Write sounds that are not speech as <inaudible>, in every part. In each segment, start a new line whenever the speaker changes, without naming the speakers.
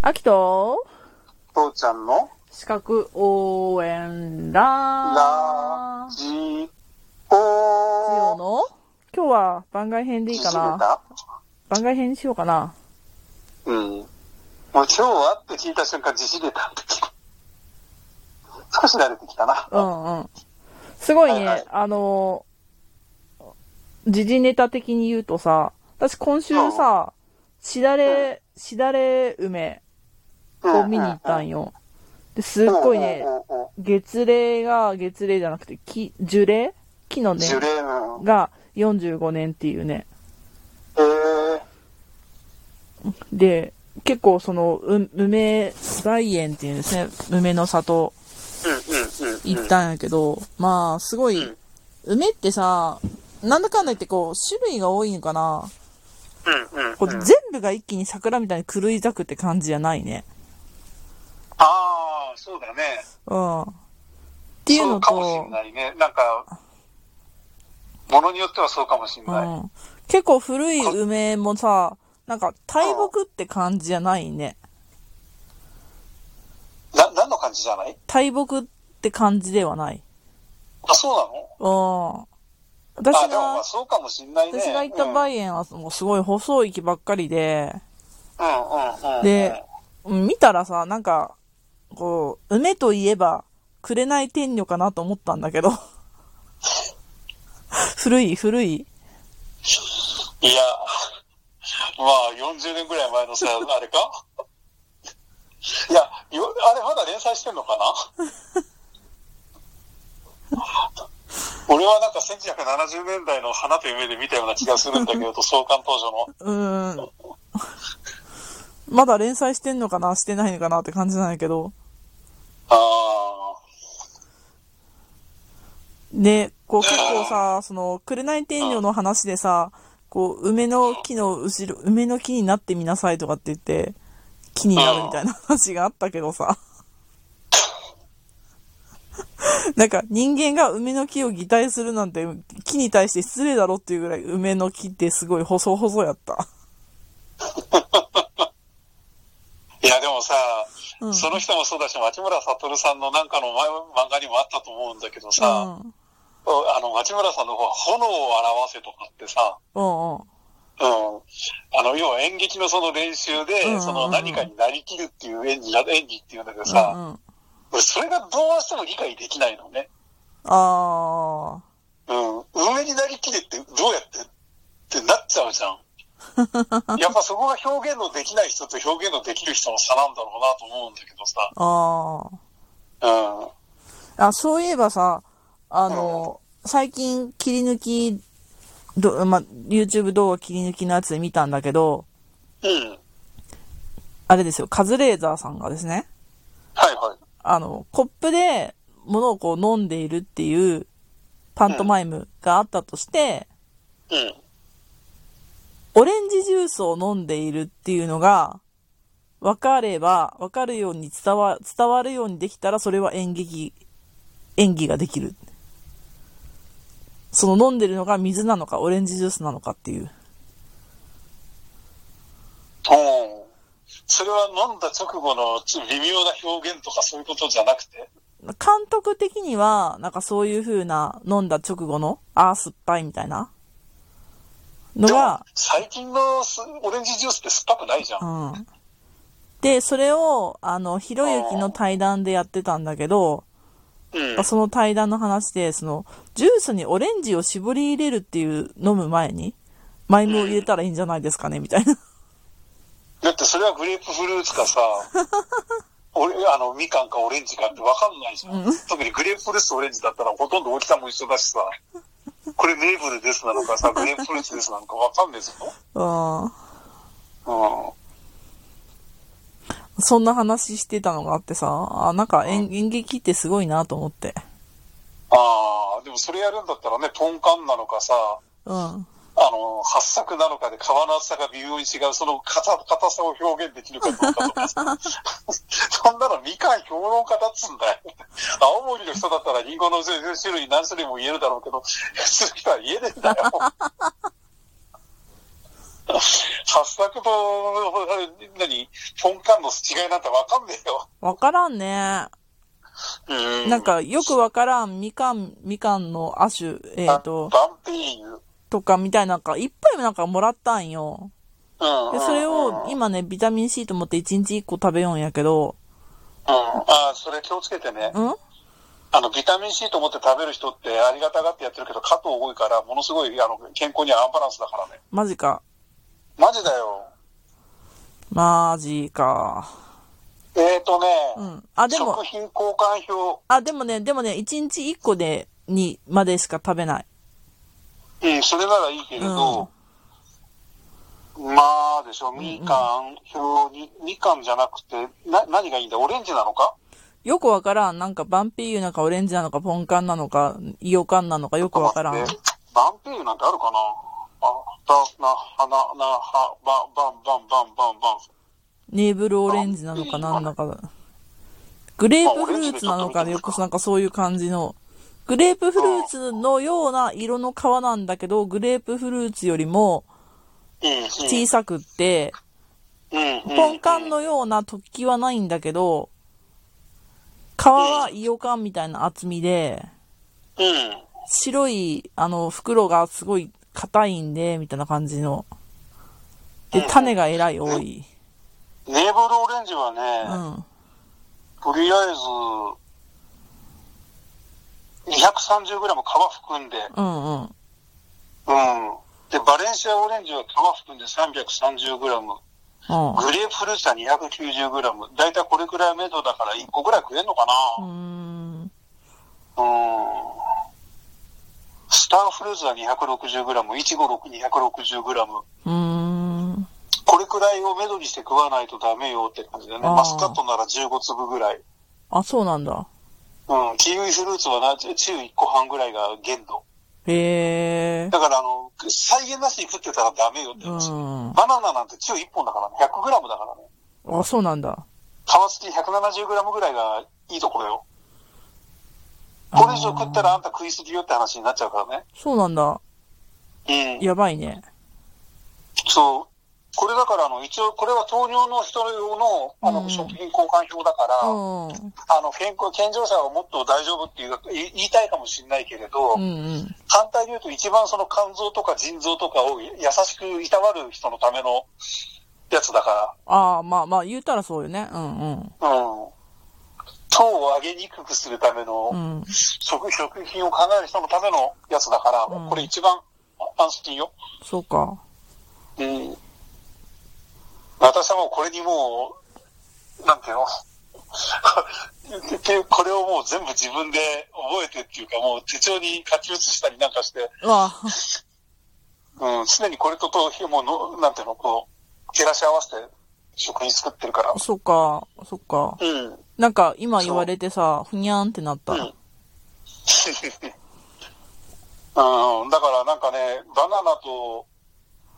秋と
父ちゃんの
資格応援ラ
ラ
ジ
ジ
オ
オ
の今日は番外編でいいかな番外編にしようかな
うん。もう今日はって聞いた瞬間、自信出たって少し慣れてきたな。
うんうん。すごいね、
はいはい
あのー、時事ネタ的に言うとさ、私今週さ、しだれ、しだれ梅
うん
を見に行ったんよ。ですっごいね、。
うんうんうん
月齢が、月齢じゃなくて、木、樹齢木のね、
樹齢の。
が45年っていうね。
えー、
で、結構その、う梅菜園っていうんですね、梅の里
うんうんうん。
行っ。たんやけど、まあ、すごい、
ん
梅ってさ、なんだかんだ言ってこう、種類が多いのかな。
うんうん。
こう全部が一気に桜みたいに狂い咲くって感じじゃないね。
ああ、そうだね。
うん。っていう
そ
の
うかもし
と
れ、ないね。なんか、ものによってはそうかもしれ
う
ない。
ん。結構古い梅もさ、なんか大木って感じじゃないね。
な、何の感じじゃない
大木って感じではない。
あ、そうなの
うん。私
あ、でもまあ
が、
そうかもしんないね。
私が行った梅園はもうすごい細い木ばっかりで、
うんうんうんうん。
で、見たらさ、なんか、こう、梅といえば、紅天女かなと思ったんだけど。 <laughs> 古い、古い。
いや、まあ40年ぐらい前
<laughs>
のさ、あれかいやよ、あれまだ連載してんのかな <laughs> 俺はなんか1970年代の花と夢で見たような気がするんだけ
<laughs>
ど、創刊当初の。
うーん。まだ連載してんのかなしてないのかなって感じなんやけど。
あ
で、こう結構さ、その、紅天女の話でさ、こう、梅の木の後ろ、梅の木になってみなさいとかって言って、木になるみたいな話があったけどさ。 <laughs> なんか人間が梅の木を擬態するなんて木に対して失礼だろっていうぐらい梅の木ってすごい細々やった。
ーいや、でもさ、
うん
その人もそうだし、町村悟さんのなんかの前漫画にもあったと思うんだけどさ、
うん。
あの、町村さんの方は炎を表せとかってさ、
うんうん。
うんあの、要は演劇のその練習で、
うんうんうん
その何かになりきるっていう演技が、演技っていうんだけど
う
さ、
んうん、
俺それがどうしても理解できないのね。
ああ。
うん。上になりきれってどうやってってなっちゃう
<laughs>
じゃん。やっぱそこが表現のできない人と表現のできる人の差なんだろうなと思うんだけどさ。
あ
うん。
あ。あ、そういえばさ、あの、最近切り抜き、どま、YouTube 動画切り抜きのやつで見たんだけど、
うん。
あれですよ、カズレーザーさんがですね、
はいはい。
あの、コップで物をこう飲んでいるっていうパントマイムがあったとして、
うん。
オレンジジュースを飲んでいるっていうのが、分かれば、分かるように伝わ、伝わるようにできたら、それは演劇、演技ができる。その飲んでるのが水なのか、オレンジジュースなのかっていう。
うん。それは飲んだ直後のちょっと微妙な表現とかそういうことじゃなくて。
監督的には、なんかそういう風な、飲んだ直後の、あー酸っぱいみたいな、の
でも
が、
最近のすオレンジジュースって酸っぱくないじゃん。
うん。で、それを、あの、ひろゆきの対談でやってたんだけど、
うん
その対談の話で、その、ジュースにオレンジを絞り入れるっていう、飲む前に、マイムを入れたらいいんじゃないですかね、みたいな。
だってそれはグレープフルーツか <laughs> さ、俺、あの、みかんかオレンジかってわかんないじゃん。特にグレープフルーツとオレンジだったらほとんど大きさも一緒だしさ、これメーブルですなのかさ、 <laughs> グレープフルーツですなのかわかんないぞ。
うん。
う
そんな話してたのがあってさ、あ、なんか演演劇ってすごいなと思って。
ん。ああ、でもそれやるんだったらね、トンカンなのかさ、
うん。
あの、発作なのかで皮の厚さが微妙に違う、その硬硬さを表現できるかどうかとか <laughs> さ、そんなのみかん評論家だっつうんだよ。青森の人だったらリンゴの種類何種類も言えるだろうけど、そういう人は言えねえんだよ。発作と、何、ポンカンの違いなんてわかんねえよ。
わからんね。
う
なん、か、よくわからんみかん、みかんの亜種、えっ、ー、と、
バンピーユ。
とかみたいなんか、いっぱいなんかもらったんよ。
うん。
で、それを、今ね、ビタミン C と思って1日1個食べようんやけど、
うん。ああ、それ気をつけてね。
ん
あの、ビタミン C と思って食べる人ってありがたがってやってるけど、過糖多いから、ものすごい、あの、健康にはアンバランスだからね。
マジか。
マジだよ。
マジか。
えーとね、
うん。あ、でも
食、品交換表、
あ、でもね、でもね、1日1個で、に、までしか食べない。
うん、それならいいけれど、まあでしょ、みかん表に、みかんじゃなくて、な、何がいいんだオレンジなのか
よくわからん。なんか、バンピーユなんかオレンジなのか、ポンカンなのか、イオカンなのか、よくわからん。
ちょっと待ってバンペーユなんてあるかなあ、だ、な、は、な、な、は、ば、ばん、ばん、ばん、ばん、ばん。
ネーブルオレンジなのか、なんだか。グレープフルーツなのか、よくなんかそういう感じの。グレープフルーツのような色の皮なんだけど、グレープフルーツよりも
うん、うん。
小さくって、
うん、うん。
ポンカンのような突起はないんだけど、皮はイオカンみたいな厚みで、
うん。
白い、あの、袋がすごい硬いんで、みたいな感じの。で、種がえらい多い。
ネーブルオレンジは
う
ね、
ん。
とりあえず、230グラム皮含んで、
うんうん。
うん。で、バレンシアオレンジは皮含んで330グラ
う
ム。
ん。
グレープフルーツは290グラム。だいたいこれくらい目処だから1個くらい食えんのか
う
な
ーん。
うん。スターフルーツは260グラム。いちご260グラム。
うーん。
これくらいを目処にして食わないとダメよって感じだね。
あー
マスカットなら15粒ぐらい。
あ、そうなんだ。
うん。キウイフルーツはな、中1個半ぐらいが限度。
へえ。
だから、あの、再現なしに食ってたらダメよって
うん。
話。
あ、
バナナなんて中1本だからね。100グラムだからね。
そうなんだ。
皮付き170グラムぐらいがいいところよ。
あー
これ以上食ったらあんた食いすぎよって話になっちゃうからね。
そうなんだ。
うん。
やばいね。
そう。これだから、あの、一応、これは糖尿の人用の、あ
う
の、
ん
食品交換表だから、
うん。うん
あの、健康、健常者はもっと大丈夫っていう、い言いたいかもしれないけれど、
うん。
反対に言うと一番その肝臓とか腎臓とかを優しくいたわる人のためのやつだか
ああ、まあまあ、言うたらそうよね。うんうん。
ら、うん。糖を上げにくくするための、
うん。
食食品を考える人のためのやつだから、
うん
これ一番あ安心よ。
そうか。
うん。私はもうこれにもう、なんていうの <laughs> でこれをもう全部自分で覚えてっていうか、もう手帳に書き写したりなんかして、
うわ、
うん、常にこれとと、もうの、なんていうの、こう、照らし合わせて食品作ってるから。
そうか。そうか。
うん。うん。
なんか、今言われてさ、ふにゃんってなった。
<laughs> うん、だからなんかね、バナナと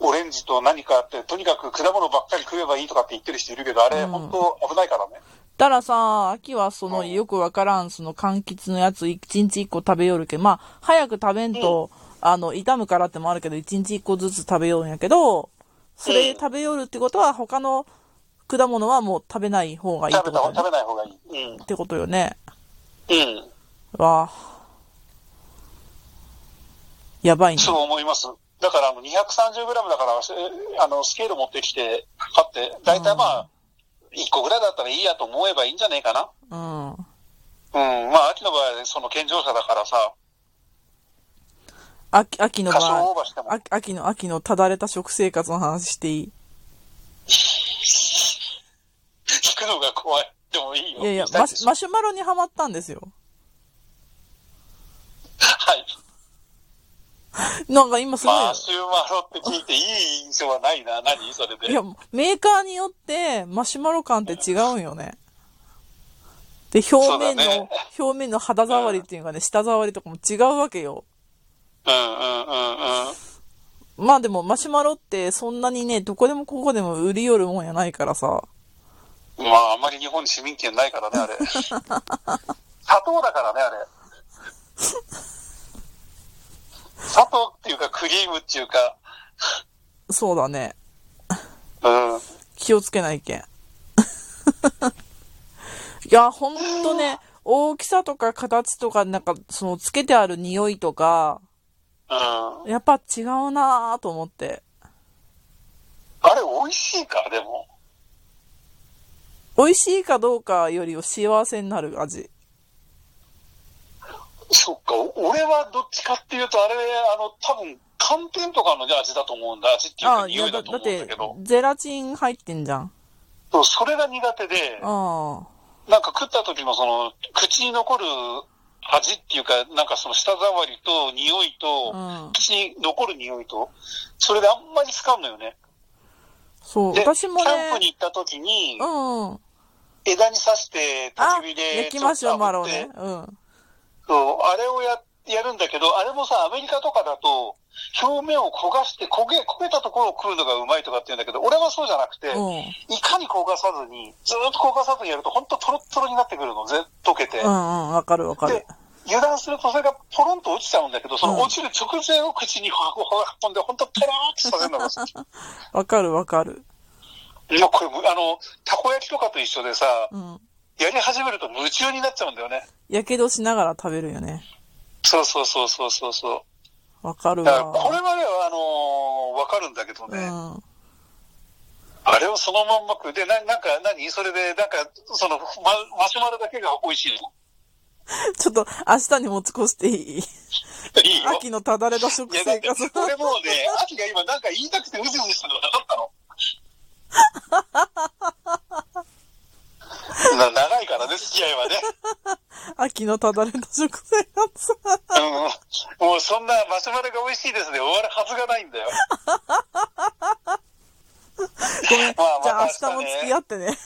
オレンジと何かあって、とにかく果物ばっかり食えばいいとかって言ってる人いるけど、あれ、
うん
本当危ないからね。
たらさ、秋はその
うん
よくわからん、その柑橘のやつ一日一個食べよるけど、まあ、早く食べんと、あの、傷むからってもあるけど、一日一個ずつ食べようんやけど、それ食べよるってことは、他の果物はもう食べない方がいいっ
食
て
べ
こ
た
とよ
食
ね。
べない方がいい。うん。
ってことよね。
うん。
わあやばいね。
そう思います。だから、あの、230グラムだから、えあの、スケール持ってきて、買って、だいたいまあ、1個ぐらいだったらいいやと思えばいいんじゃねえかな。
うん。
うん。まあ、秋の場合、その健常者だからさ、
秋、秋の場
多少オ
合
ー、バーしても。
秋秋の、秋のただれた食生活の話していい
聞くのが怖い。でもいいよ。
いやいや
行き、た
マ
で
シ
す
マシュマロにハマったんですよ。
はい。
なんか今すごい。
マシュマロって聞いていい印象はないな。何それ
<laughs>
で。
いや、メーカーによってマシュマロ感って違うんよね。で、表面の、
そうだね
表面の肌触りっていうかね、舌触りとかも違うわけよ。
うんうんうんうん。
まあでもマシュマロってそんなにね、どこでもここでも売り寄るもんやないからさ。
まあ、あんまり日本に市民権ないからね、
<laughs>
あれ。砂糖だからね、あれ。砂糖っていうか、クリームっていうか、
そうだね。
うん。
<laughs> 気をつけないけん。いや、ほんとね、大きさとか形とか、なんか、その、つけてある匂いとか、
うん。
やっぱ違うなぁと思って。
あれ、美味しいか、でも。
美味しいかどうかより幸せになる味。
そっか、お俺はどっちかっていうと、あれ、あの、多分、寒天とかの味だと思うんだ。味っていうか、
いや
匂いだと
だ
思
っ
うんだ
て
けど、。
ゼラチン入ってんじゃん。
そう、それが苦手で、
あ
なんか食った時のその、口に残る味っていうか、なんかその舌触りと匂いと、
あ。うん。
口に残る匂いと、それであんまり使うのよね。
そう、
で、
私も
キャン
ね、
プに行った時に
う、んうん。
枝に刺して、
あ
焚き火、で、
焼きマシュマロ
ちょっと炙って
ね。うん。
そう、あれをや、やるんだけど、あれもさ、アメリカとかだと、表面を焦がして、焦げ、焦げたところを食うのがうまいとかって言うんだけど、俺はそうじゃなくて、
うん。
いかに焦がさずに、ずーっと焦がさずにやると、ほんとトロットロになってくるの、ぜ溶けて。
うんうん、わかるわかる
で。、油断するとそれがポロンと落ちちゃうんだけど、そ
うん
の落ちる直前を口に運んで、ほんとポローンってさせるのが好き。
わかるわかる。
いや、これ、あの、たこ焼きとかと一緒でさ、
うん。
やり始めると夢中になっちゃうんだよね。
やけどしながら食べるよね。
そうそうそうそうそうそう。
わかる
だから
わ。
これはね、あのーわかるんだけど
う
ね、
ん。
あれをそのまんま食う。で、ななんか、何それで、なんか、その、ま、マシュマロだけが美味しいの。
ちょっと明日に持ち越していい
いいよ。
秋のただれた食
いや、だっ
生
て
活。、
俺もうね、秋が今なんか言いたくてうずうずしたのなかったの。な長いからね、付き合いはね。
秋のただれた食生活。
うん。もうそんなマシュマロが美味しいですね。終わるはずがないんだよ。
ごめん。
まあ
じゃあ明
また
日
明日
も
ね
付き合ってね。